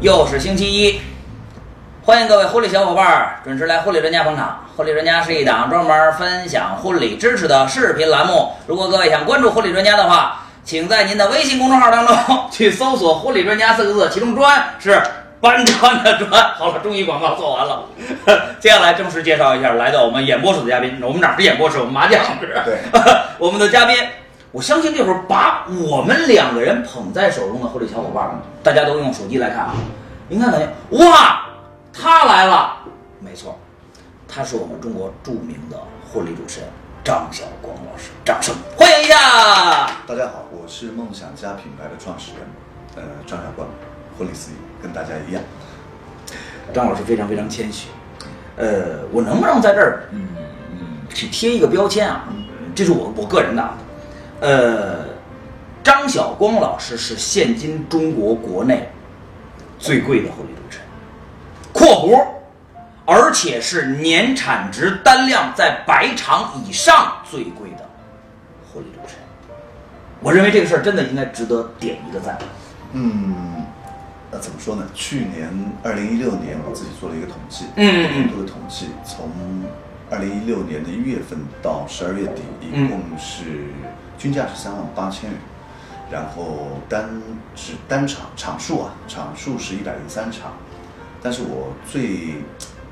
又是星期一，欢迎各位婚礼小伙伴儿准时来婚礼专家捧场。婚礼专家是一档专门分享婚礼知识的视频栏目。如果各位想关注婚礼专家的话，请在您的微信公众号当中 去搜索“婚礼专家”四个字，其中“专”是搬砖的砖。 好了，终于广告做完了， 接下来正式介绍一下来到我们演播室的嘉宾。我们哪儿是演播室？我们麻将室。对， 我们的嘉宾，我相信这会儿把我们两个人捧在手中的婚礼小伙伴们，大家都用手机来看啊，您看感觉哇，他来了，没错，他是我们中国著名的婚礼主持人张晓光老师，掌声欢迎一下。大家好，我是梦想家品牌的创始人，呃，张小光，婚礼司仪，跟大家一样。张老师非常非常谦虚，呃，我能不能在这儿嗯去贴一个标签啊？这是我我个人的，啊，呃，张晓光老师是现今中国国内最贵的婚礼主持人（括弧），而且是年产值单量在百场以上最贵的婚礼主持人。我认为这个事儿真的应该值得点一个赞。嗯，那怎么说呢？去年二零一六年，我自己做了一个统计，嗯嗯嗯年度的统计，从二零一六年的一月份到十二月底，一共嗯是均价是三万八千元，然后单是单场场数啊，场数是一百零三场，但是我最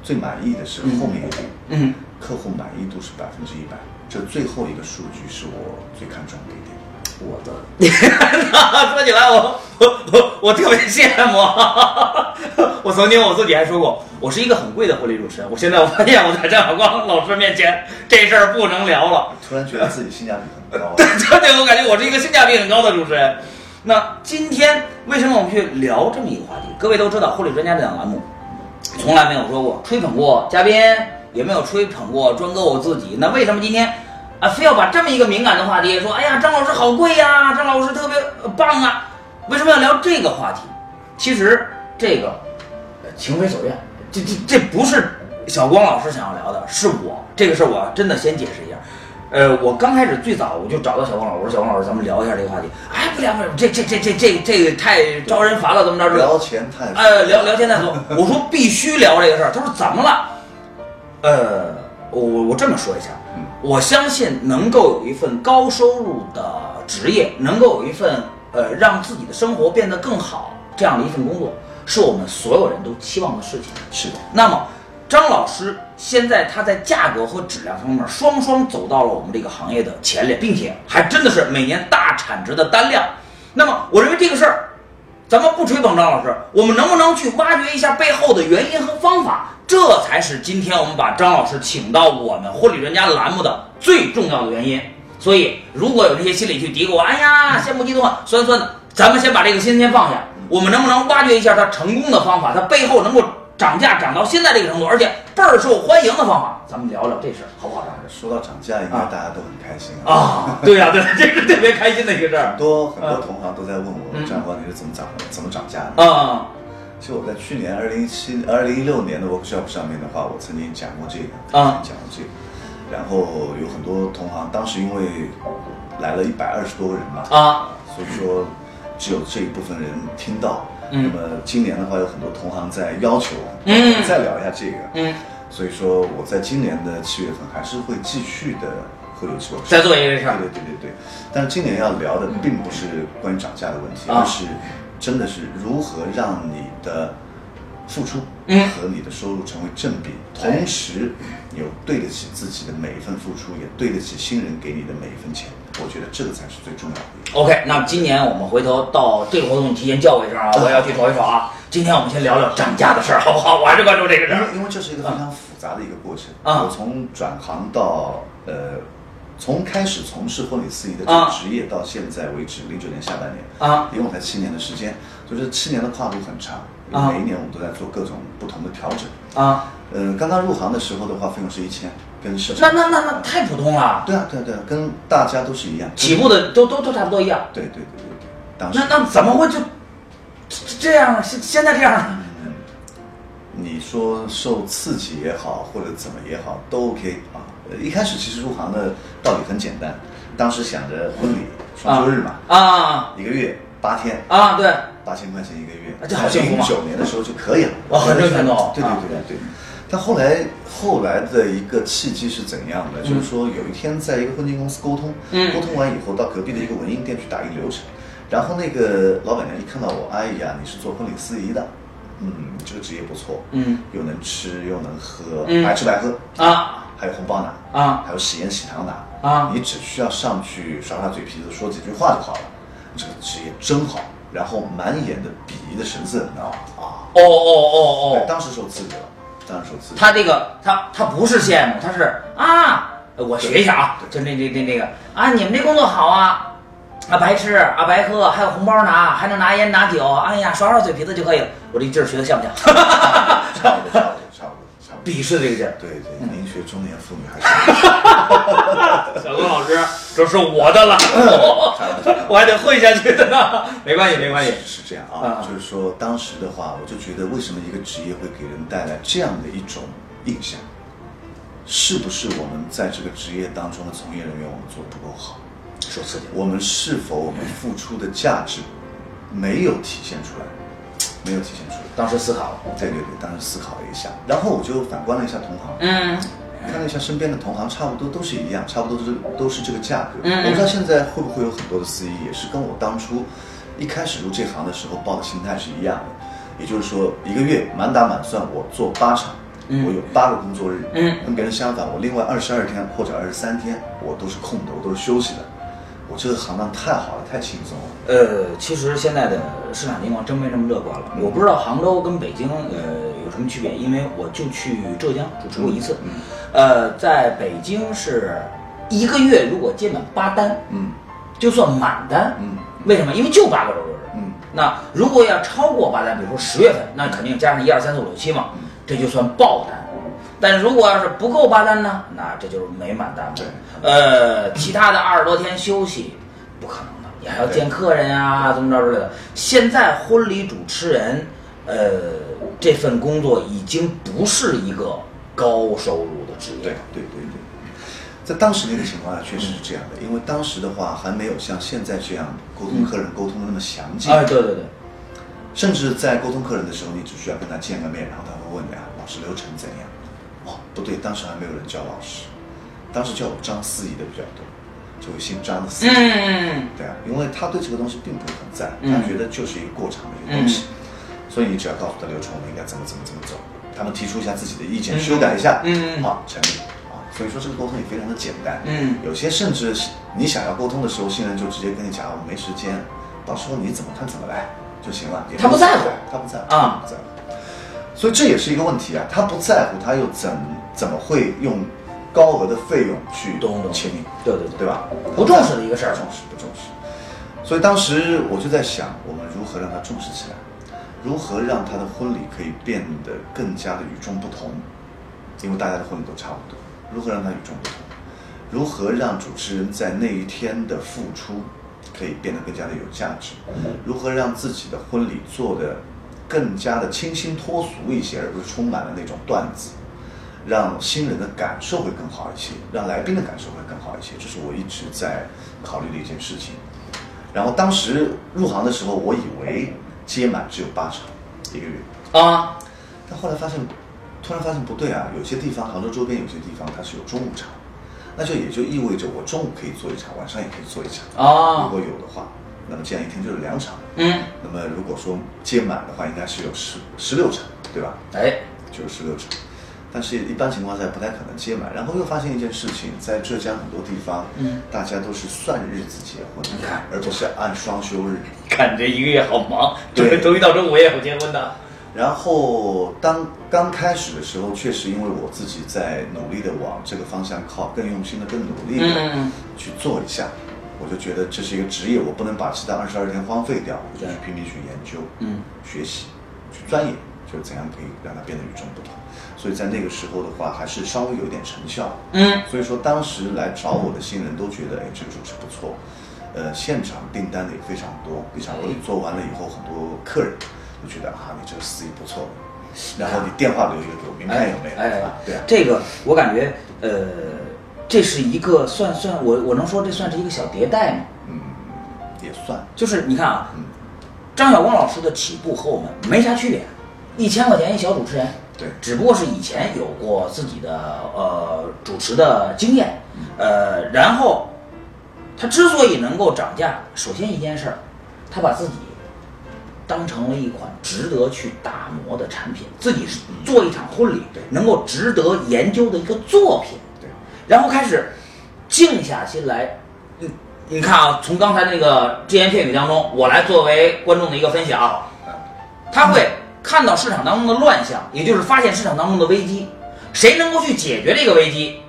最满意的是后面一步。嗯，客户满意度是百分之一百，这最后一个数据是我最看重的一点。我的， 说起来我我我我特别羡慕。 我曾经我自己还说过，我是一个很贵的婚礼主持人。我现在我发现我在张晓光老师面前这事儿不能聊了，突然觉得自己性价比很 高啊， 真的，我感觉我是一个性价比很高的主持人。那今天为什么我们去聊这么一个话题？各位都知道，婚礼专家这档栏目从来没有说过吹捧过嘉宾，也没有吹捧过专哥我自己。那为什么今天啊非要把这么一个敏感的话题说？哎呀，张老师好贵呀、张老师特别呃棒啊！为什么要聊这个话题？其实这个呃情非所愿，这这这不是小光老师想要聊的，是我这个事儿，我真的先解释一下。呃，我刚开始最早我就找到小光老师，我说小光老师，咱们聊一下这个话题。哎，不聊不聊，这这这这这这个太招人烦了，怎么着？这个聊钱太呃，聊聊天再说。我说必须聊这个事儿，他说怎么了？呃，我我我这么说一下嗯，我相信能够有一份高收入的职业，能够有一份呃让自己的生活变得更好这样的一份工作，是我们所有人都期望的事情。是的，那么，张老师现在他在价格和质量方面双双走到了我们这个行业的前列，并且还真的是每年大产值的单量。那么，我认为这个事儿，咱们不吹捧张老师，我们能不能去挖掘一下背后的原因和方法？这才是今天我们把张老师请到我们婚礼专家栏目的最重要的原因。所以，如果有这些心里去嘀咕，哎呀，羡慕嫉妒恨，酸酸的，咱们先把这个心先放下。我们能不能挖掘一下他成功的方法，他背后能够涨价涨到现在这个程度，而且倍儿受欢迎的方法？咱们聊聊这事儿，好不好？说到涨价，应该啊大家都很开心啊。啊，对呀、对、这是特别开心的一个事儿很多很啊多同行都在问我嗯，张光你是怎么涨的？怎么涨价的？啊。其实我在去年二零一七、二零一六年的 workshop 上面的话，我曾经讲过这个，啊讲过这个。然后有很多同行，当时因为来了一百二十多个人嘛，啊所以说只有这一部分人听到。嗯那么今年的话，有很多同行在要求，嗯再聊一下这个。嗯，所以说我在今年的七月份还是会继续的会有直播。再做一个事儿对对对对对，但是今年要聊的并不是关于涨价的问题，啊而是真的是如何让你的付出嗯和你的收入成为正比，对同时你又对得起自己的每一份付出，也对得起新人给你的每一份钱。我觉得这个才是最重要的一个。 OK，那今年我们回头到这个活动提前叫我一声啊，我也要去瞅一瞅啊。今天我们先聊聊涨价的事儿，好不好？我还是关注这个事因为儿。因为这是一个非常复杂的一个过程。啊我从转行到呃，从开始从事婚礼司仪的这个啊职业到现在为止，零九年下半年啊，一共才七年的时间，就是七年的跨度很长。啊每一年我们都在做各种不同的调整。啊，呃，刚刚入行的时候的话，费用是一千，跟市那场那那那太普通了，对啊对啊对啊，跟大家都是一样。起步的都都都差不多一样。对对对对对，当时那那怎么会就这这样？现现在这样呢？你说受刺激也好，或者怎么也好，都 OK 啊。呃，一开始其实入行的道理很简单，当时想着婚礼双休日嘛，啊一个月八天，啊，对，八千块钱一个月啊，这好幸福零吗九年的时候就可以了，哇很热情的哦对对啊对对对。但后来后来的一个契机是怎样的？就是说有一天在一个婚庆公司沟通，嗯沟通完以后到隔壁的一个文印店去打一个流程，然后那个老板娘一看到我，哎呀，你是做婚礼司仪的，嗯，这个职业不错，嗯又能吃又能喝，嗯白吃白喝，啊还有红包拿，啊还有喜宴喜糖拿啊你只需要上去耍耍嘴皮子，说几句话就好了。这个职业真好，然后满眼的鄙夷的神色，你知道吗？啊，哦哦对哦哦，当时受刺激了，当时受刺激。他这个他他不是羡慕，他是啊，我学一下啊，就那那那那个啊，你们这工作好啊。啊，白吃啊，白喝，还有红包拿，还能拿烟拿酒，哎呀，耍耍嘴皮子就可以了。我这劲儿学的像不像？ 差不多，差不多，差不多，差不多。鄙嗯视这个劲儿。对对，您学中年妇女还是小东老师，这是我的 了， 我还得混下去的呢。没关系，没关系。是这样啊啊？就是说，当时的话，我就觉得为什么一个职业会给人带来这样的一种印象？是不是我们在这个职业当中的从业人员，我们做的不够好？受刺激了。我们是否我们付出的价值没有体现出来，没有体现出来。当时思考了，对对对，当时思考了一下，然后我就反观了一下同行，嗯看了一下身边的同行，差不多都是一样，差不多都是都是这个价格。嗯我不知道现在会不会有很多的司仪也是跟我当初一开始入这行的时候抱的心态是一样的，也就是说一个月满打满算我做八场，嗯我有八个工作日，嗯跟别人相反，我另外二十二天或者二十三天我都是空的，我都是休息的。我这个行当太好了，太轻松了。呃，其实现在的市场情况真没那么乐观了。我不知道杭州跟北京呃有什么区别，因为我就去浙江主持过一次。呃，在北京是一个月如果接满八单，嗯就算满单。嗯为什么？因为就八个周六日。嗯，那如果要超过八单，比如说十月份，那肯定加上一二三四五六七嘛，嗯这就算爆单。但如果要是不够八单呢，那这就是没满单了。对呃，其他的二十多天休息，不可能的，你还要见客人呀、怎么着之类的。现在婚礼主持人，呃，这份工作已经不是一个高收入的职业。对对对对，在当时那个情况下确实是这样的，因为当时的话还没有像现在这样沟嗯通客人沟通的那么详尽，哎，对对对，甚至在沟通客人的时候，你只需要跟他见个面，然后他会问你啊，老师流程怎样？哦，不对，当时还没有人叫老师，当时叫我张司仪的比较多，就有姓张的司仪。嗯，对啊，因为他对这个东西并不是很在意，嗯他觉得就是一个过场的一个东西，所以你只要告诉他流程，我们应该怎么怎么怎么走，他们提出一下自己的意见，嗯修改一下，嗯嗯好成立啊。所以说这个沟通也非常的简单，嗯有些甚至是你想要沟通的时候，新人就直接跟你讲我没时间，到时候你怎么看怎么来就行了。也他不在乎他不在乎啊他不在乎。所以这也是一个问题啊，他不在乎，他又怎怎么会用高额的费用去懂懂请你，对对对对吧？不重视的一个事儿不重视，不重视。所以当时我就在想，我们如何让它重视起来，如何让他的婚礼可以变得更加的与众不同，因为大家的婚礼都差不多，如何让它与众不同，如何让主持人在那一天的付出可以变得更加的有价值，如何让自己的婚礼做得更加的清新脱俗一些，而不是充满了那种段子。让新人的感受会更好一些，让来宾的感受会更好一些，这是我一直在考虑的一件事情。然后当时入行的时候，我以为接满只有八场一个月，啊，但后来发现，突然发现不对啊，有些地方杭州周边有些地方它是有中午场，那就也就意味着我中午可以做一场，晚上也可以做一场。啊如果有的话，那么这样一天就是两场。嗯，那么如果说接满的话，应该是有十十六场，对吧？哎，就是十六场，但是一般情况下不太可能接满。然后又发现一件事情，在浙江很多地方，嗯大家都是算日子结婚你看，而不是按双休日。感觉一个月好忙， 对周一到周五也有结婚的。然后当刚开始的时候，确实因为我自己在努力的往这个方向靠，更用心的、更努力的嗯去做一下，我就觉得这是一个职业，我不能把其他二十二天荒废掉，我就去对拼命去研究，嗯，学习，去钻研，就是怎样可以让它变得与众不同。所以在那个时候的话，还是稍微有点成效。嗯，所以说当时来找我的新人都觉得，哎，这个主持不错，呃，现场订单的也非常多，一场婚礼做完了以后，很多客人都觉得啊，你这个司仪不错，然后你电话留一个给我，明天有没有？哎哎啊对啊，这个我感觉，呃，这是一个算算我我能说这算是一个小迭代吗？嗯，也算，就是你看啊，嗯张晓光老师的起步和我们没啥区别，一千块钱一小主持人，对只不过是以前有过自己的呃主持的经验，嗯呃，然后他之所以能够涨价，首先一件事儿，他把自己当成了一款值得去打磨的产品，自己是做一场婚礼嗯对，能够值得研究的一个作品，对，然后开始静下心来，你你看啊，从刚才那个只言片语当中，我来作为观众的一个分享啊，他会看到市场当中的乱象，也就是发现市场当中的危机，谁能够去解决这个危机，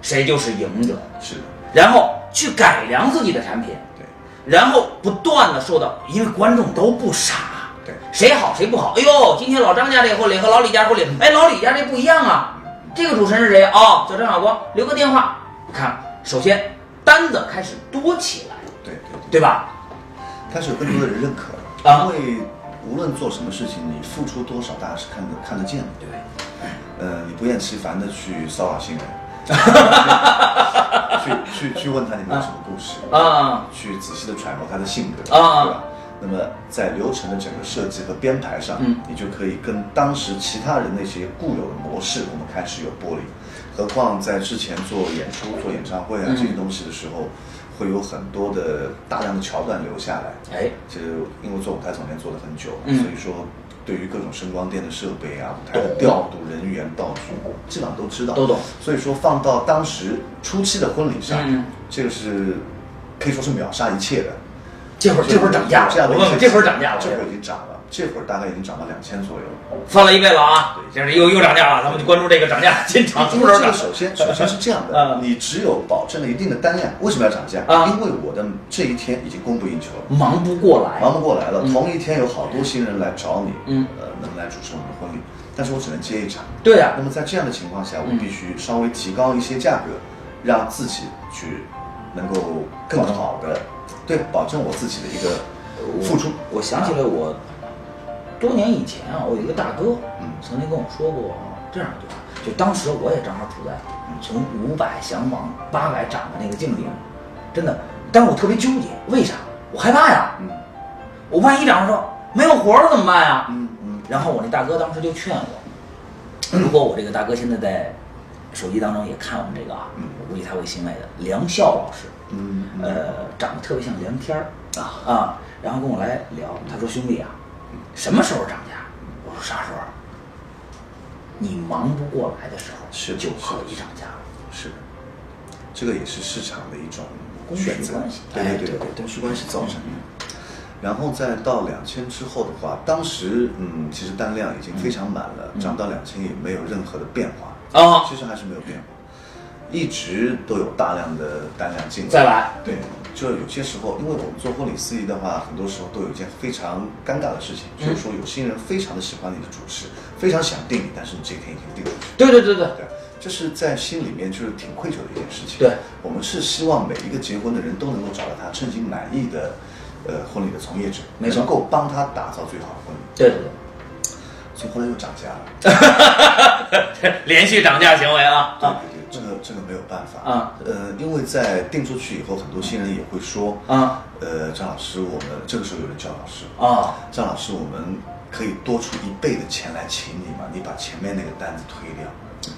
谁就是赢者，是的，然后去改良自己的产品，对然后不断的受到，因为观众都不傻。对谁好谁不好？哎呦，今天老张家这婚礼和老李家婚礼，哎，老李家这不一样啊。这个主持人是谁？哦，叫张晓光，留个电话。看，首先单子开始多起来，对对对，对吧？它是有更多的人认可啊因为无论做什么事情，你付出多少，大家是看得看得见的。对，呃，你不厌其烦的去骚扰 新人，去去去问他你们有什么故事，啊、去仔细的揣摩他的性格，啊对吧？那么在流程的整个设计和编排上，嗯你就可以跟当时其他人那些固有的模式，我们开始有剥离。何况在之前做演出、做演唱会啊、嗯这些东西的时候，会有很多的大量的桥段留下来。哎，其实因为做舞台总监做了很久，嗯所以说对于各种声光电的设备啊、舞台的调度、人员、道具，基本上都知道，都懂。所以说放到当时初期的婚礼上，嗯这个是可以说是秒杀一切的。这会儿这会儿涨价这样了，的我一问问，些这会儿涨价了这，会儿已经涨了，这会儿大概已经涨到两千左右了。翻了一倍了啊！这是又又涨价了，咱们就关注啊这个涨价进场什因么为时候这涨个？首先首先是这样的嗯，你只有保证了一定的单量，为什么要涨价？啊因为我的这一天已经供不应求了。忙不过来，忙不过来了。嗯同一天有好多新人来找你，嗯呃，能来主持我们的婚礼，但是我只能接一场。对啊呀、那么在这样的情况下，我嗯必须稍微提高一些价格，让自己去能够更好的，对，保证我自己的一个付出。呃我想起来我多年以前啊，我有一个大哥，嗯曾经跟我说过啊这样一句话，就当时我也正好处在嗯从五百想往八百涨的那个境地，真的，但是我特别纠结，为啥？我害怕呀，嗯我万一涨的时候没有活了怎么办呀？嗯嗯，然后我那大哥当时就劝我，如果我这个大哥现在在手机当中也看我们这个啊，嗯我估计他会欣慰的。梁笑老师，嗯嗯呃，长得特别像梁天儿啊啊，然后跟我来聊，他说兄弟啊，什么时候涨价？我说啥时候啊？你忙不过来的时候，是就可以是涨价了。是的，这个也是市场的一种供需选择关系，对哎对对对供需关系造成的。然后再到两千之后的话，当时嗯，其实单量已经非常满嗯了，涨到两千也没有任何的变化，啊，其实还是没有变化，一直都有大量的单量进来。再来，对，就有些时候，因为我们做婚礼司仪的话，很多时候都有一件非常尴尬的事情，嗯就是说有些人非常的喜欢你的主持，非常想定你，但是你这一天已经定了。对对对对，对，这是在心里面就是挺愧疚的一件事情。对，我们是希望每一个结婚的人都能够找到他称心满意的，呃，婚礼的从业者，没错能够帮他打造最好的婚礼。对对所以后来又涨价了。对，连续涨价行为啊对啊对对，这个这个没有办法啊。呃，因为在定出去以后，很多新人也会说，啊呃，张老师，我们这个时候有人叫老师，啊，张老师，我们可以多出一倍的钱来请你吗？你把前面那个单子推掉。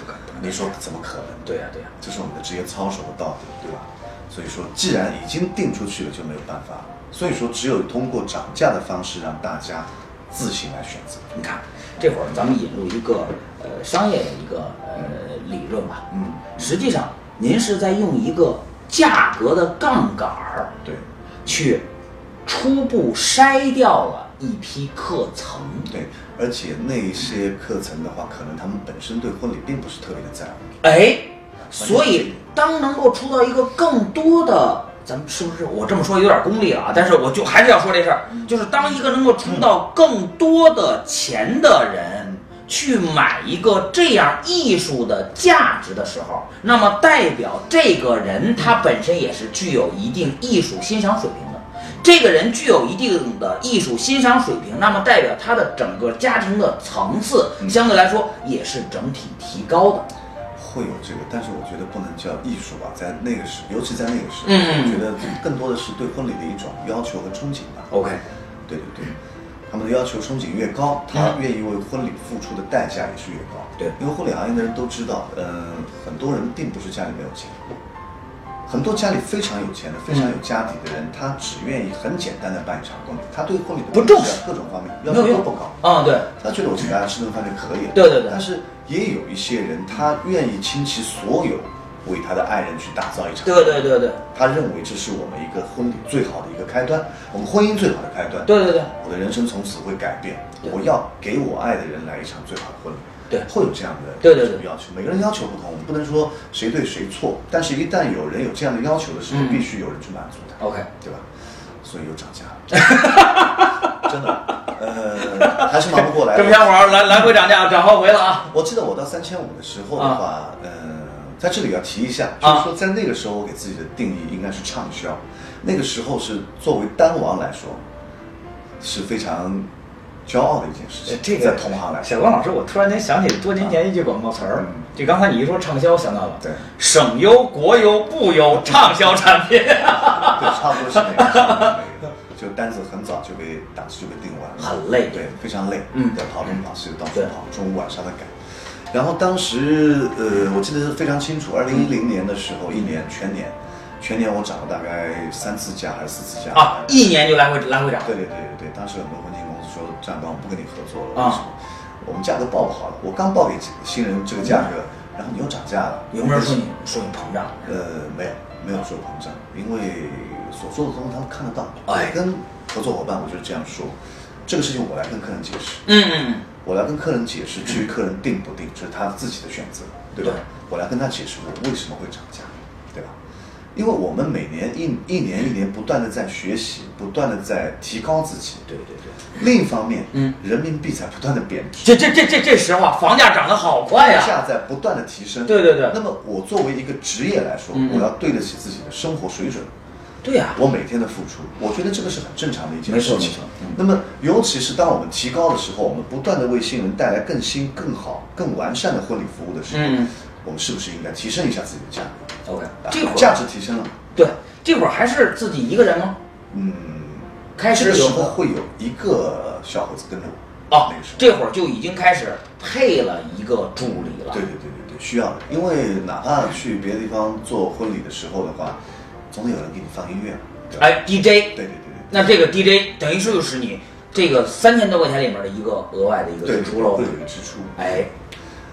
不可能，你说怎么可能？对呀对呀，这是我们的职业操守和道德，对吧？所以说，既然已经定出去了，就没有办法了。所以说，只有通过涨价的方式让大家自行来选择。你看，这会儿咱们引入一个呃商业的一个呃理论吧。嗯，实际上您是在用一个价格的杠杆儿对，去初步筛掉了一批客层。对，而且那一些课程的话，可能他们本身对婚礼并不是特别的在乎。哎，所以当能够出到一个更多的，咱们是不是我这么说有点功利了啊？但是我就还是要说这事儿，就是当一个能够出到更多的钱的人。去买一个这样艺术的价值的时候，那么代表这个人他本身也是具有一定艺术欣赏水平的。这个人具有一定的艺术欣赏水平，那么代表他的整个家庭的层次相对来说也是整体提高的。会有这个，但是我觉得不能叫艺术吧，在那个时，尤其在那个时候，嗯我觉得更多的是对婚礼的一种要求和憧憬吧。 OK，对对对，他们的要求憧憬越高，他愿意为婚礼付出的代价也是越高。嗯对因为婚礼行业的人都知道，呃，很多人并不是家里没有钱，很多家里非常有钱的、非嗯常有家底的人，他只愿意很简单的办一场婚礼，他对婚礼的不布置啊重视各种方面要没有求都用不高。啊、对，他觉得我请大家吃顿饭就可以了。对对对但是也有一些人，他愿意倾其所有为他的爱人去打造一场。对对对对，他认为这是我们一个婚礼最好的一个开端，我们婚姻最好的开端。对对对，我的人生从此会改变，对我要给我爱的人来一场最好的婚礼。对会有这样的对对对这种要求，每个人要求不同，我们不能说谁对谁错。但是，一旦有人有这样的要求的时候，嗯必须有人去满足他。 OK 对吧？所以又涨价了，真的，呃，还是忙不过来。这不像玩儿来来回涨价，涨好回了啊。我记得我到三千五的时候的话，呃，在这里要提一下，就啊是说在那个时候我给自己的定义应该是畅销，那个时候是作为单王来说是非常骄傲的一件事情，呃这个啊在同行来说小，光老师，我突然间想起多年前一句广告词儿嗯，就刚才你一说畅销，想到了，对，省优、国优、部优畅销产品， 对，差不多是那个，差不多是 那个就单子很早就被档期就被定完了，很累对，非常累，嗯对，跑东跑西，到处对跑，中午晚上的赶。然后当时，呃，我记得非常清楚，二零一零年的时候，一年全年，全年我涨了大概三次价还是四次价啊，一年就来回来回涨，对对对对对，当时很多婚庆公司说，站刚我不跟你合作了，啊为什么？我们价格报不好了，我刚报给新人这个价格，然后你又涨价了，嗯有没有人说你说你膨胀？呃，没有，没有说膨胀，因为所做的东西他们看得到。哎我跟合作伙伴我就是这样说，这个事情我来跟客人解释，嗯嗯我来跟客人解释，至于客人定不定，这是他自己的选择，对吧？对我来跟他解释我为什么会涨价，对吧？因为我们每年一一年一年不断的在学习，不断的在提高自己。对对对，另一方面，嗯，人民币在不断的贬值。这这这这这实话，房价涨得好快哎呀、价在不断的提升。对对对那么我作为一个职业来说，嗯嗯我要对得起自己的生活水准，对呀、我每天的付出，我觉得这个是很正常的一件没错事情没错嗯。那么，尤其是当我们提高的时候，我们不断的为新人带来更新、更好、更完善的婚礼服务的时候，嗯我们是不是应该提升一下自己的价格？ o k 啊这会价儿值提升了，对，这会儿还是自己一个人吗？嗯，开这始个时有候会有一个小伙子跟着我。哦那个时，候这会儿就已经开始配了一个助理了。对对对对对，需要的，因为哪怕去别的地方做婚礼的时候的话，总得有人给你放音乐嘛。对吧哎，DJ，对对对那这个 DJ 等于是就是你这个三千多块钱里面的一个额外的一个对，对支出喽会。有一个支出。哎，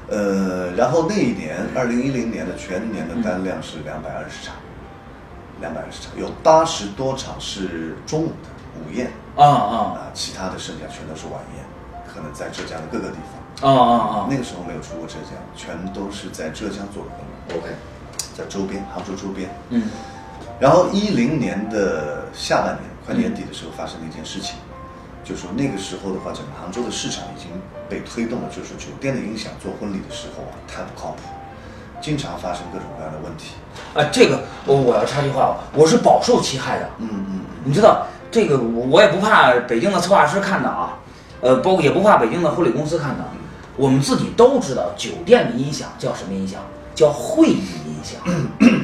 呃，然后那一年，二零一零年的全年的单量是两百二十场，两百二十场，有八十多场是中午的午宴啊啊啊，其他的剩下全都是晚宴，可能在浙江的各个地啊方。啊啊那个时候没有出过浙江，全都是在浙江做的婚礼， ！OK，在周边，杭州周边。嗯，然后一零年的下半年，快年底的时候发生了一件事情，就说那个时候的话，整个杭州的市场已经被推动了，就是说酒店的音响做婚礼的时候啊，太不靠谱，经常发生各种各样的问题。啊，这个我我要插句话，啊我是饱受其害的。嗯嗯嗯，你知道这个，我我也不怕北京的策划师看到啊，呃，包括也不怕北京的婚礼公司看到，我们自己都知道，酒店的音响叫什么音响？叫会议音响。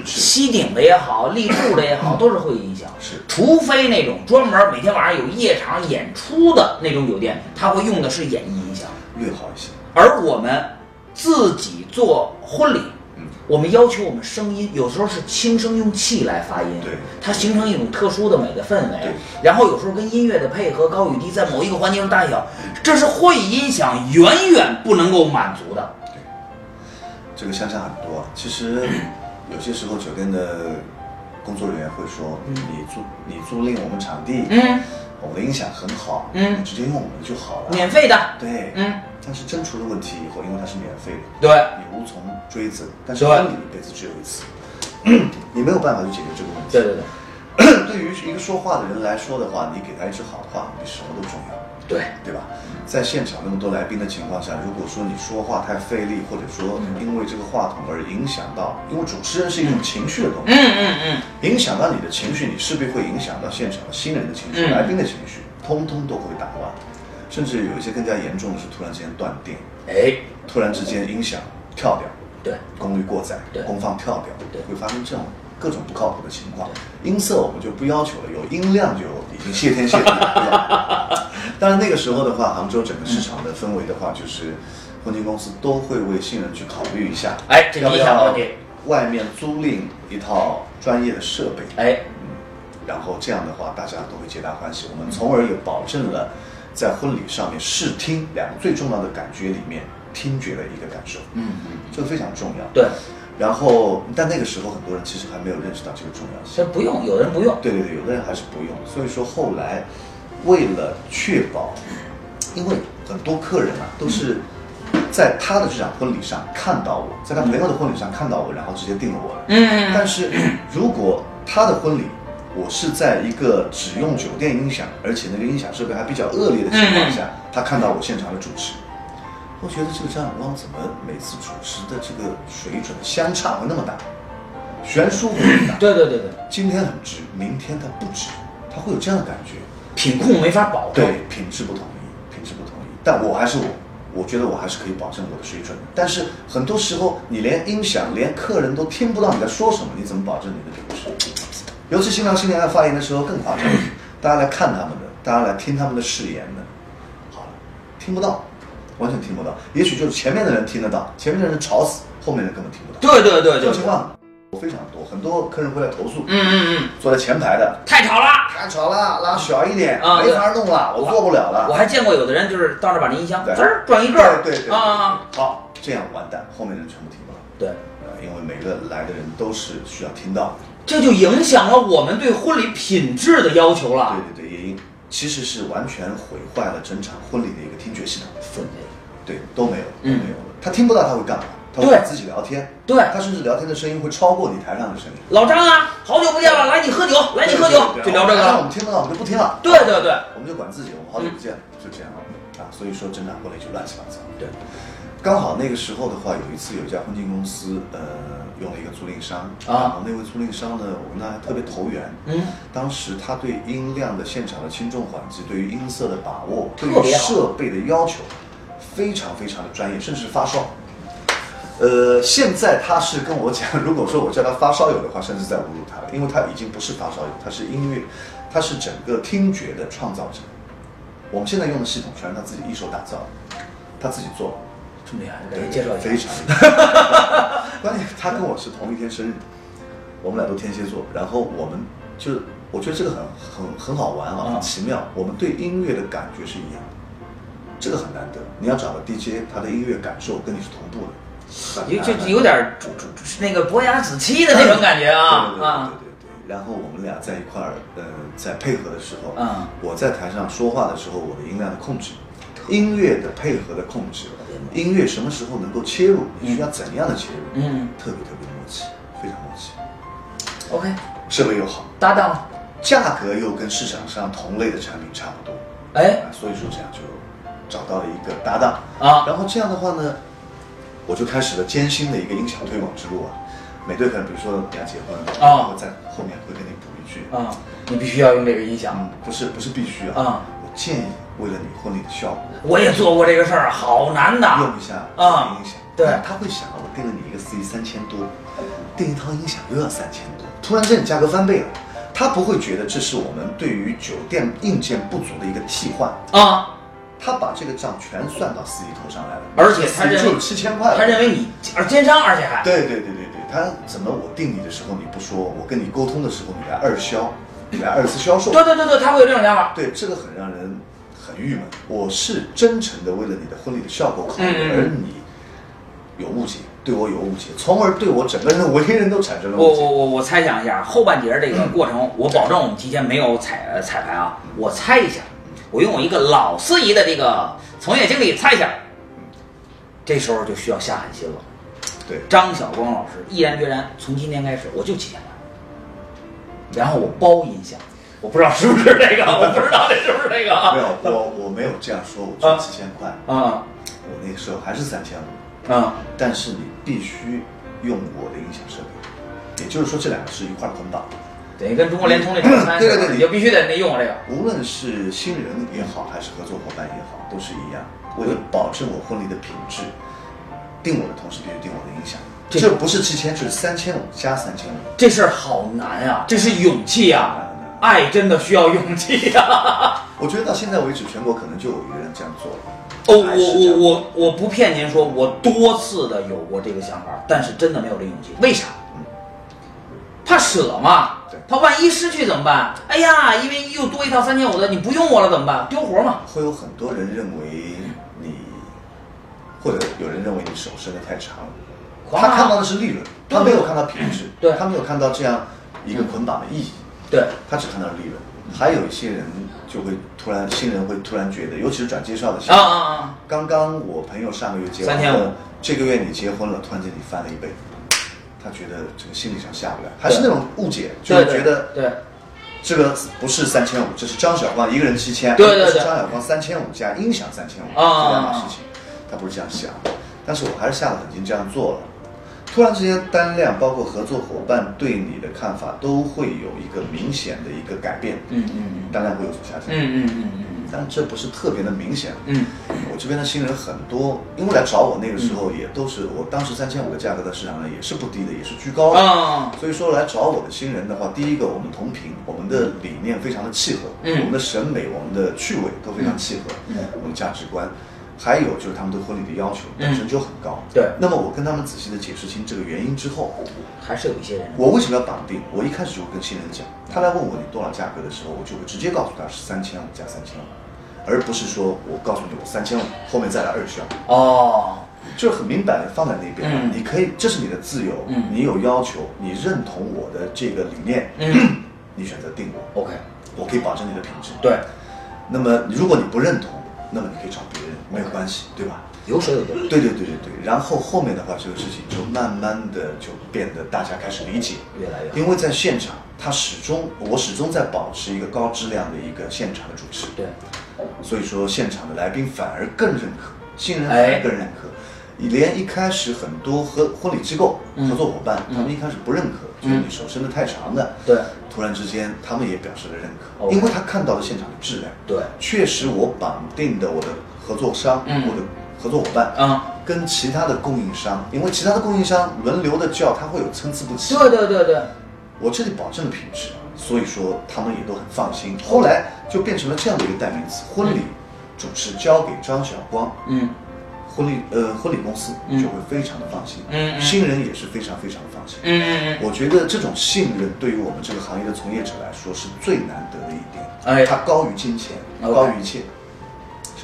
西顶的也好，立柱的也好，都是会议音响。是除非那种专门每天晚上有夜场演出的那种酒店，他会用的是演艺音响。略好一些。而我们自己做婚礼，嗯我们要求我们声音有时候是轻声用气来发音，对它形成一种特殊的美的氛围对。然后有时候跟音乐的配合，高与低在某一个环节中大小，嗯这是会议音响远远不能够满足的。这个乡下很多。其实有些时候酒店的工作人员会说，你租你租赁我们场地，嗯，我们的音响很好，嗯你直接用我们的就好了。免费的，对，嗯，但是真出了问题以后，因为它是免费的。对，你无从追责，但是对婚礼一辈子只有一次， 你没有办法去解决这个问题。对对对， 对于一个说话的人来说的话，你给他一句好话比什么都重要，对，对吧？在现场那么多来宾的情况下，如果说你说话太费力，或者说因为这个话筒而影响到，因为主持人是一种情绪的东西，嗯嗯嗯，影响到你的情绪，你势必会影响到现场的新人的情绪、嗯来宾的情绪，通通都会打乱。甚至有一些更加严重的是，突然之间断电，哎，突然之间音响跳掉，对，功率过载对、功放跳掉对，会发生这种各种不靠谱的情况。音色我们就不要求了，有音量就有理挺谢天谢 地的。对吧当然那个时候的话，杭州整个市场的氛围的话，就是婚庆公司都会为新人去考虑一下，哎这要不第一条要问题外面租赁一套专业的设备，哎，然后这样的话，大家都会皆大欢喜。我们从而也保证了在婚礼上面视听两个最重要的感觉里面，听觉的一个感受，嗯，这个非常重要。对，然后，但那个时候很多人其实还没有认识到这个重要其性。实不用，有的人不用，对对对，有的人还是不用。所以说后来，为了确保，因为很多客人啊都是在他的这场婚礼上看到我，在他朋友的婚礼上看到我，然后直接订了我了。嗯但是如果他的婚礼，我是在一个只用酒店音响，而且那个音响设备还比较恶劣的情况下，他看到我现场的主持，我觉得这个张永光怎么每次主持的这个水准相差会那么大，悬殊会那么大？对对对对，今天很值，明天它不值，他会有这样的感觉。品控没法保证，对，品质不统一，品质不统一。但我还是我，我觉得我还是可以保证我的水准的。但是很多时候，你连音响、连客人都听不到你在说什么，你怎么保证你的品质？尤其新郎新娘在发言的时候更夸张，大家来看他们的，大家来听他们的誓言的，好了，听不到，完全听不到。也许就是前面的人听得到，前面的人吵死，后面的人根本听不到。对对对这对种情对，况非常多，很多客人会来投诉，嗯嗯嗯，坐在前排的太吵了。太吵了，拉小一点，啊没法弄了，我做不了了我。还见过有的人就是到那儿把那音箱对滋儿转一个儿，对对对啊，好，这样完蛋，后面的人全部听不到，对，呃，因为每个来的人都是需要听到的，这就影响了我们对婚礼品质的要求了。对对对，也因其实是完全毁坏了整场婚礼的一个听觉系统，氛围，对，都没有，都嗯没有了，他听不到他会干嘛？他会对跟自己聊天，对他甚至聊天的声音会超过你台上的声音，老张啊，好久不见了，来你喝酒，来你喝酒，就聊这个那我了。们听不到我们就不听了，对对对我们就管自己，我们好久不见，就这样啊，所以说整场婚礼就乱七八糟。对，刚好那个时候的话，有一次有一家婚庆公司，呃，用了一个租赁商啊然后那位租赁商呢，我跟他特别投缘。嗯，当时他对音量的现场的轻重缓急，对于音色的把握，特对别好于设备的要求，非常非常的专业，甚至发烧。呃，现在他是跟我讲，如果说我叫他发烧友的话，甚至在侮辱他了，因为他已经不是发烧友，他是音乐，他是整个听觉的创造者。我们现在用的系统全是他自己一手打造的，他自己做的。这么厉害，给对，人介绍一下非。常。 关键他跟我是同一天生日，我们俩都天蝎座，然后我们就是我觉得这个很很很好玩啊，嗯很奇妙。我们对音乐的感觉是一样的，这个很难得。你要找个 DJ，他的音乐感受跟你是同步的，很有难就很就难有点主主主那个伯牙子期的那种感觉啊对对对啊！对对对。然后我们俩在一块儿，呃，在配合的时候，嗯我在台上说话的时候，我的音量的控制，音乐的配合的控制，音乐什么时候能够切入，你需要怎样的切入，嗯特别特别默契，非常默契， ，OK，设备又好，搭档，价格又跟市场上同类的产品差不多，哎，啊所以说这样就找到了一个搭档啊然后这样的话呢，我就开始了艰辛的一个音响推广之路啊。每对可能比如说你要结婚啊我在后面会跟你补一句，啊，你必须要用这个音响。嗯，不是不是必须啊，啊我建议为了你婚礼的效果，我也做过这个事儿，好难的。用一下啊音响，对他会想我订了你一个 C 三千多，订一套音响又要三千多，突然之间你价格翻倍了，他不会觉得这是我们对于酒店硬件不足的一个替换，啊，他把这个账全算到司仪头上来了，而且他司仪认就为有七千块了，他认为你而奸商，而且还对对对对对，他怎么我定你的时候你不说，我跟你沟通的时候你来二销，你来二次销售，对对对对，他会有这种想法。对，这个很让人很郁闷。我是真诚的为了你的婚礼的效果考虑，嗯嗯嗯而你有误解，对我有误解，从而对我整个人的为人都产生了我误解。我我我猜想一下后半截这个过程，我保证我们提前没有彩呃彩排啊，我猜一下，我用我一个老司仪的这个从业经历猜一下，这时候就需要下狠心了。对，张晓光老师毅然决然，从今天开始我就几千万，然后我包音响，我不知道是不是这 个，我不知道这是不是这个啊没有，我我没有这样说，我说七千块，啊我那个时候还是三千五，啊但是你必须用我的音响设备，也就是说这两个是一块儿捆绑的。等于跟中国联通那套餐似的，对对对你就必须得那用这个。无论是新人也好，还是合作伙伴也好，都是一样。为了保证我婚礼的品质，定我的同时必须定我的音响。这这不是七千，就是三千五加三千五。这事儿好难啊，这是勇气啊！啊爱真的需要勇气啊！我觉得到现在为止，全国可能就有一个人这样做了。 哦，我还是这我样我我不骗您说，我多次的有过这个想法，但是真的没有这勇气。为啥？怕舍嘛对。怕万一失去怎么办？哎呀，因为又多一套三千五的，你不用我了怎么办？丢活嘛。会有很多人认为你，或者有人认为你手伸得太长了。狂他骂看到的是利润，他没有看到品质，对他没有看到这样一个捆绑的意义，对，他只看到了利润。还有一些人就会突然，新人会突然觉得，尤其是转介绍的新啊人，啊啊！刚刚我朋友上个月结婚， 3500这个月你结婚了，突然间你翻了一倍，他觉得这个心理上下不来，还是那种误解，就是觉得对对这个不是三千五，这是张小光一个人七千，对对对这是张小光三千五加音响三千五，啊这两码事情，他不是这样想，但是我还是下了狠心这样做了。突然之间，单量包括合作伙伴对你的看法都会有一个明显的一个改变，嗯嗯单量会有所下降，嗯嗯嗯嗯但这不是特别的明显。嗯我这边的新人很多，因为来找我那个时嗯候也都是，我当时三千五的价格在市场上也是不低的，也是居高嗯的。啊所以说来找我的新人的话，第一个我们同频，我们的理念非常的契合，嗯我们的审美、我们的趣味都非常契合，嗯嗯我们价值观，还有就是他们对婚礼的要求嗯本身就很高。对那么我跟他们仔细的解释清这个原因之后，还是有一些人我为什么要绑定？我一开始就会跟新人讲，他来问我你多少价格的时候，我就会直接告诉他是三千五加三千五，而不是说我告诉你我三千五，后面再来二十二。哦，就是很明白的放在那边了。嗯你可以，这是你的自由，嗯你有要求，你认同我的这个理念，嗯 你选择定我， ，OK，我可以保证你的品质。，对，那么如果你不认同，那么你可以找别人，没有关系，对吧？有舍有得，对对对对对。然后后面的话，这个事情就慢慢的就变得大家开始理解，越来越好。因为在现场，他始终我始终在保持一个高质量的一个现场的主持。对，所以说现场的来宾反而更认可，新人反哎而更认可。连一开始很多合婚礼机构、嗯合作伙伴，他们一开始不认可，觉得嗯你手伸得太长了。对突然之间他们也表示了认可， OK 因为他看到了现场的质量。对，确实我绑定的我的合作商，嗯我的合作伙伴。啊，跟其他的供应商，因为其他的供应商轮流的叫，它会有参差不齐。对对对对，我这里保证了品质，所以说他们也都很放心。后来就变成了这样的一个代名词：婚礼主持交给张晓光，嗯婚礼呃婚礼公司嗯就会非常的放心，嗯嗯新人也是非常非常放心嗯。嗯嗯，我觉得这种信任对于我们这个行业的从业者来说是最难得的一点，哎它高于金钱， OK 高于一切。嗯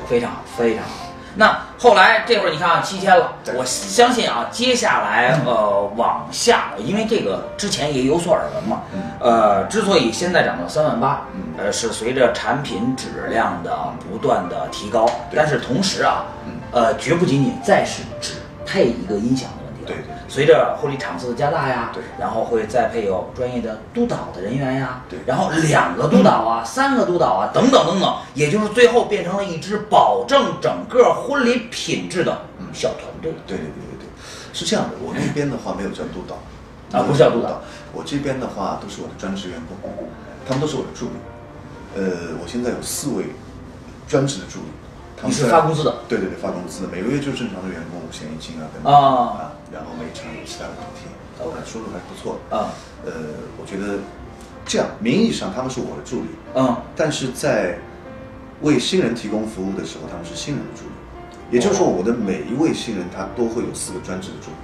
非常好，非常好。那后来这会儿你看啊，七天了，对我相信啊，接下来呃往下，因为这个之前也有所耳闻嘛，嗯呃，之所以现在涨到三万八，嗯呃，是随着产品质量的不断的提高，对但是同时啊，嗯呃，绝不仅仅再是只配一个音响的问题了，对对对随着婚礼场次的加大呀，对然后会再配有专业的督导的人员呀，对然后两个督导啊，三个督导啊，等等等等，也就是最后变成了一支保证整个婚礼品质的小团队。对对对对对，是这样的，我那边的话没有叫督导，啊不是叫督导，我这边的话都是我的专职员工，他们都是我的助理。呃，我现在有四位专职的助理，你他们是在发工资的？对对对，发工资的，每个月就是正常的员工五险一金啊等等啊然后每场有其他的补贴， OK 收入还是不错的。啊，呃，我觉得这样名义上他们是我的助理，嗯，但是在为新人提供服务的时候，他们是新人的助理，也就是说，我的每一位新人他都会有四个专职的助理，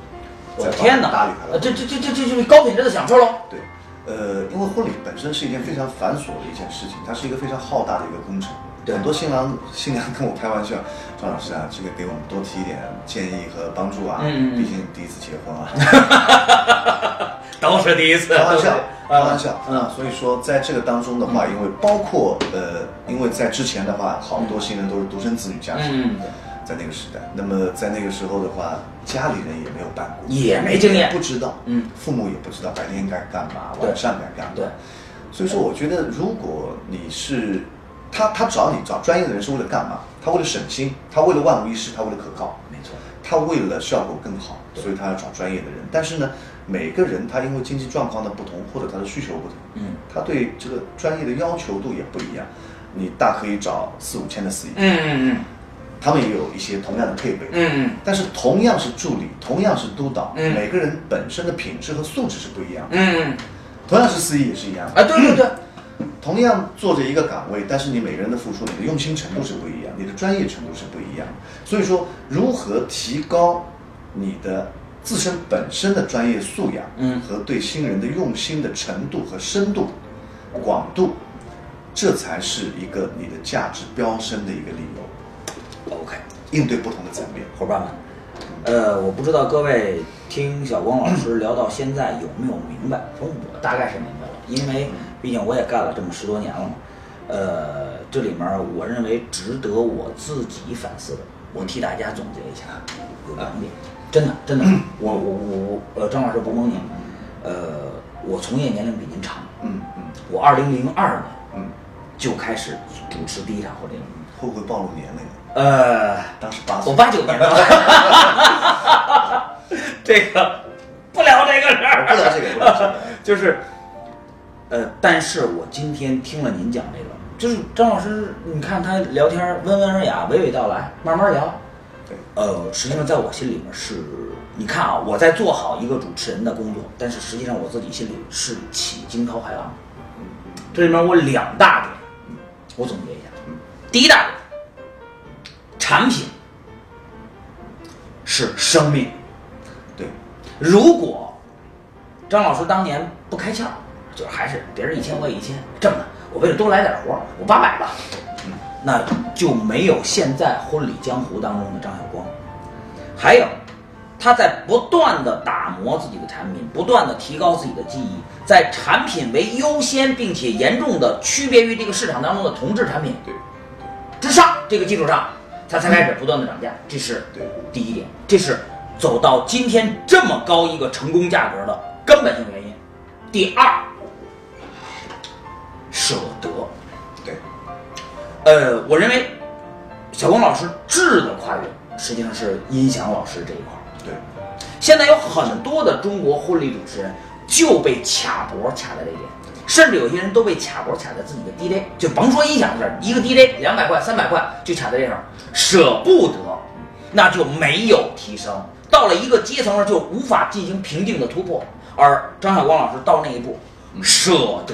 我在的天搭哪理，他呃的。这这这这这这高品质的享受喽。对，呃，因为婚礼本身是一件非常繁琐的一件事情，它是一个非常浩大的一个工程。对很多新郎新娘跟我开玩笑，张老师啊，这个给我们多提一点建议和帮助啊，嗯嗯嗯毕竟第一次结婚啊。都是第一次开玩笑，开玩笑。嗯嗯，所以说在这个当中的话，因为包括呃，因为在之前的话，好多新人都是独生子女家庭，嗯，在那个时代，那么在那个时候的话，家里人也没有办过，也没经验也不知道，嗯，父母也不知道白天该干嘛，对晚上该干嘛，对。所以说，我觉得如果你是他，他找你找专业的人是为了干嘛？他为了省心，他为了万无一失，他为了可靠，没错，他为了效果更好，所以他要找专业的人。但是呢，每个人他因为经济状况的不同，或者他的需求不同，嗯他对这个专业的要求度也不一样。你大可以找四五千的司仪，嗯嗯他们也有一些同样的配备嗯，嗯但是同样是助理，同样是督导，嗯每个人本身的品质和素质是不一样的。嗯嗯，同样是司仪也是一样的，啊，对对对，同样做着一个岗位，但是你每个人的付出、你的用心程度是不一样，你的专业程度是不一样。所以说，如何提高你的自身本身的专业素养，嗯和对新人的用心的程度和深度、广度，这才是一个你的价值飙升的一个理由。 OK，应对不同的层面，伙伴们，呃，我不知道各位听小光老师聊到现在有没有明白？反正我大概是明白了，因为毕竟我也干了这么十多年了嘛。呃，这里面我认为值得我自己反思的，我替大家总结一下，有两点，真的真的，我我我我，呃，张老师不蒙您，呃，我从业年龄比您长，嗯嗯我二零零二年嗯，就开始主持第一场婚礼了，会不会暴露年龄？呃。当时八岁我，八九年的， 这个不聊这个事儿，不聊这个不聊这个就是，呃，但是我今天听了您讲这个，就是张老师，你看他聊天温文尔雅，娓娓道来，慢慢聊，对，呃，实际上在我心里面是，你看啊，我在做好一个主持人的工作，但是实际上我自己心里是起惊涛骇浪的。这里面我两大点，我总结一下。第一大点，产品是生命。对，如果张老师当年不开窍，就是还是别人一千我也一千，这么的，我为了多来点活儿，我八百吧，那就没有现在婚礼江湖当中的张晓光。还有，他在不断的打磨自己的产品，不断的提高自己的技艺，在产品为优先并且严重的区别于这个市场当中的同质产品对，之上这个基础上，他才开始不断的涨价，这是对第一点，这是走到今天这么高一个成功价格的根本性原因。第二，舍得。对，呃，我认为小光老师质的跨越，实际上是音响老师这一块儿。对，现在有很多的中国婚礼主持人就被卡脖卡在这一点，甚至有些人都被卡脖卡在自己的 DJ，就甭说音响的事儿，一个 DJ 两百块、三百块就卡在这上，舍不得，那就没有提升，到了一个阶层上就无法进行平静的突破。而张晓光老师到那一步，舍得。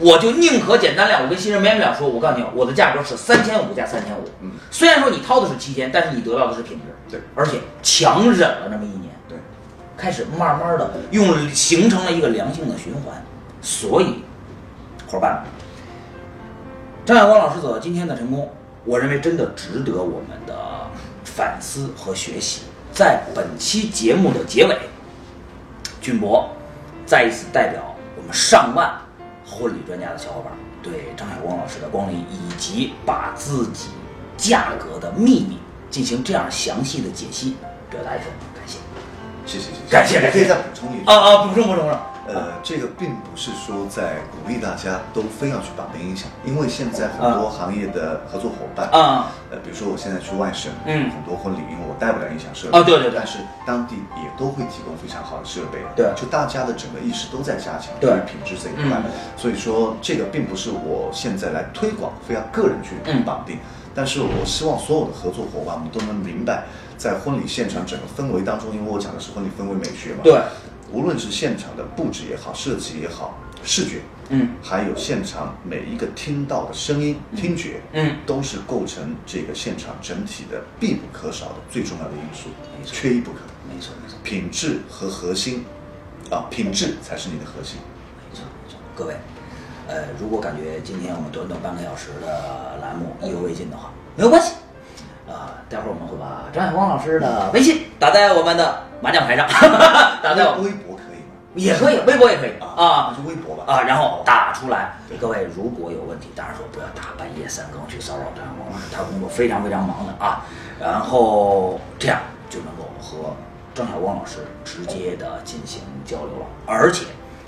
我就宁可简单亮，我跟新人免不了说，我告诉你，我的价格是三千五加三千五。嗯虽然说你掏的是七千，但是你得到的是品质。对而且强忍了那么一年，对，开始慢慢的用形成了一个良性的循环。所以，伙伴们，张晓光老师走到今天的成功，我认为真的值得我们的反思和学习。在本期节目的结尾，俊博再一次代表我们上万婚礼专家的小伙伴，对张晓光老师的光临以及把自己价格的秘密进行这样详细的解析，表达一份感谢。谢谢谢谢，感谢我可以再补充一句啊啊，补充补充补充。呃，这个并不是说在鼓励大家都非要去绑定音响，因为现在很多行业的合作伙伴，啊呃，比如说我现在去外省，嗯很多婚礼，因为我带不了音响设备，哦对对对但是当地也都会提供非常好的设备，对就大家的整个意识都在加强对于品质这一块，嗯所以说这个并不是我现在来推广，非要个人去嗯绑定。但是我希望所有的合作伙伴们都能明白，在婚礼现场整个氛围当中，因为我讲的是婚礼氛围美学嘛，对，无论是现场的布置也好，设计也好，视觉，嗯还有现场每一个听到的声音、听觉，嗯，都是构成这个现场整体的必不可少的最重要的因素没，错缺一不可。没错没错品质和核心，啊，品质才是你的核心。没错没错。各位，呃，如果感觉今天我们短短半个小时的栏目意犹未尽的话，没有关系。啊，待会儿我们会把张晓光老师的微信打在我们的麻将牌上， 打在我们微博可以吗？也可以，微博也可以啊那就微博吧。啊，然后打出来。各位如果有问题，当然说不要大半夜三更去骚扰张光老师，他工作非常非常忙的啊。然后这样就能够和张晓光老师直接的进行交流了。而且，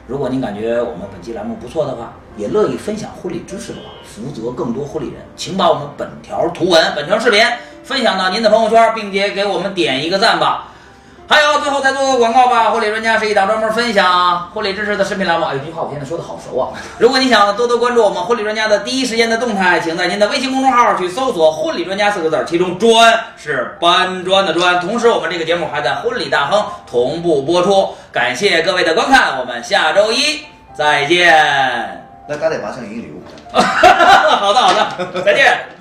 如果您感觉我们本期栏目不错的话，也乐意分享婚礼知识的话，负责更多婚礼人，请把我们本条图文、本条视频分享到您的朋友圈，并且给我们点一个赞吧。还有，最后再做个广告吧。婚礼专家是一档专门分享婚礼知识的视频栏目。哎，有句话我现在说的好熟啊！如果你想多多关注我们婚礼专家的第一时间的动态，请在您的微信公众号去搜索“婚礼专家”四个字儿，其中“专”是搬砖的“砖”。同时，我们这个节目还在婚礼大亨同步播出。感谢各位的观看，我们下周一再见。那大概八千一个礼物。好的好的，再见。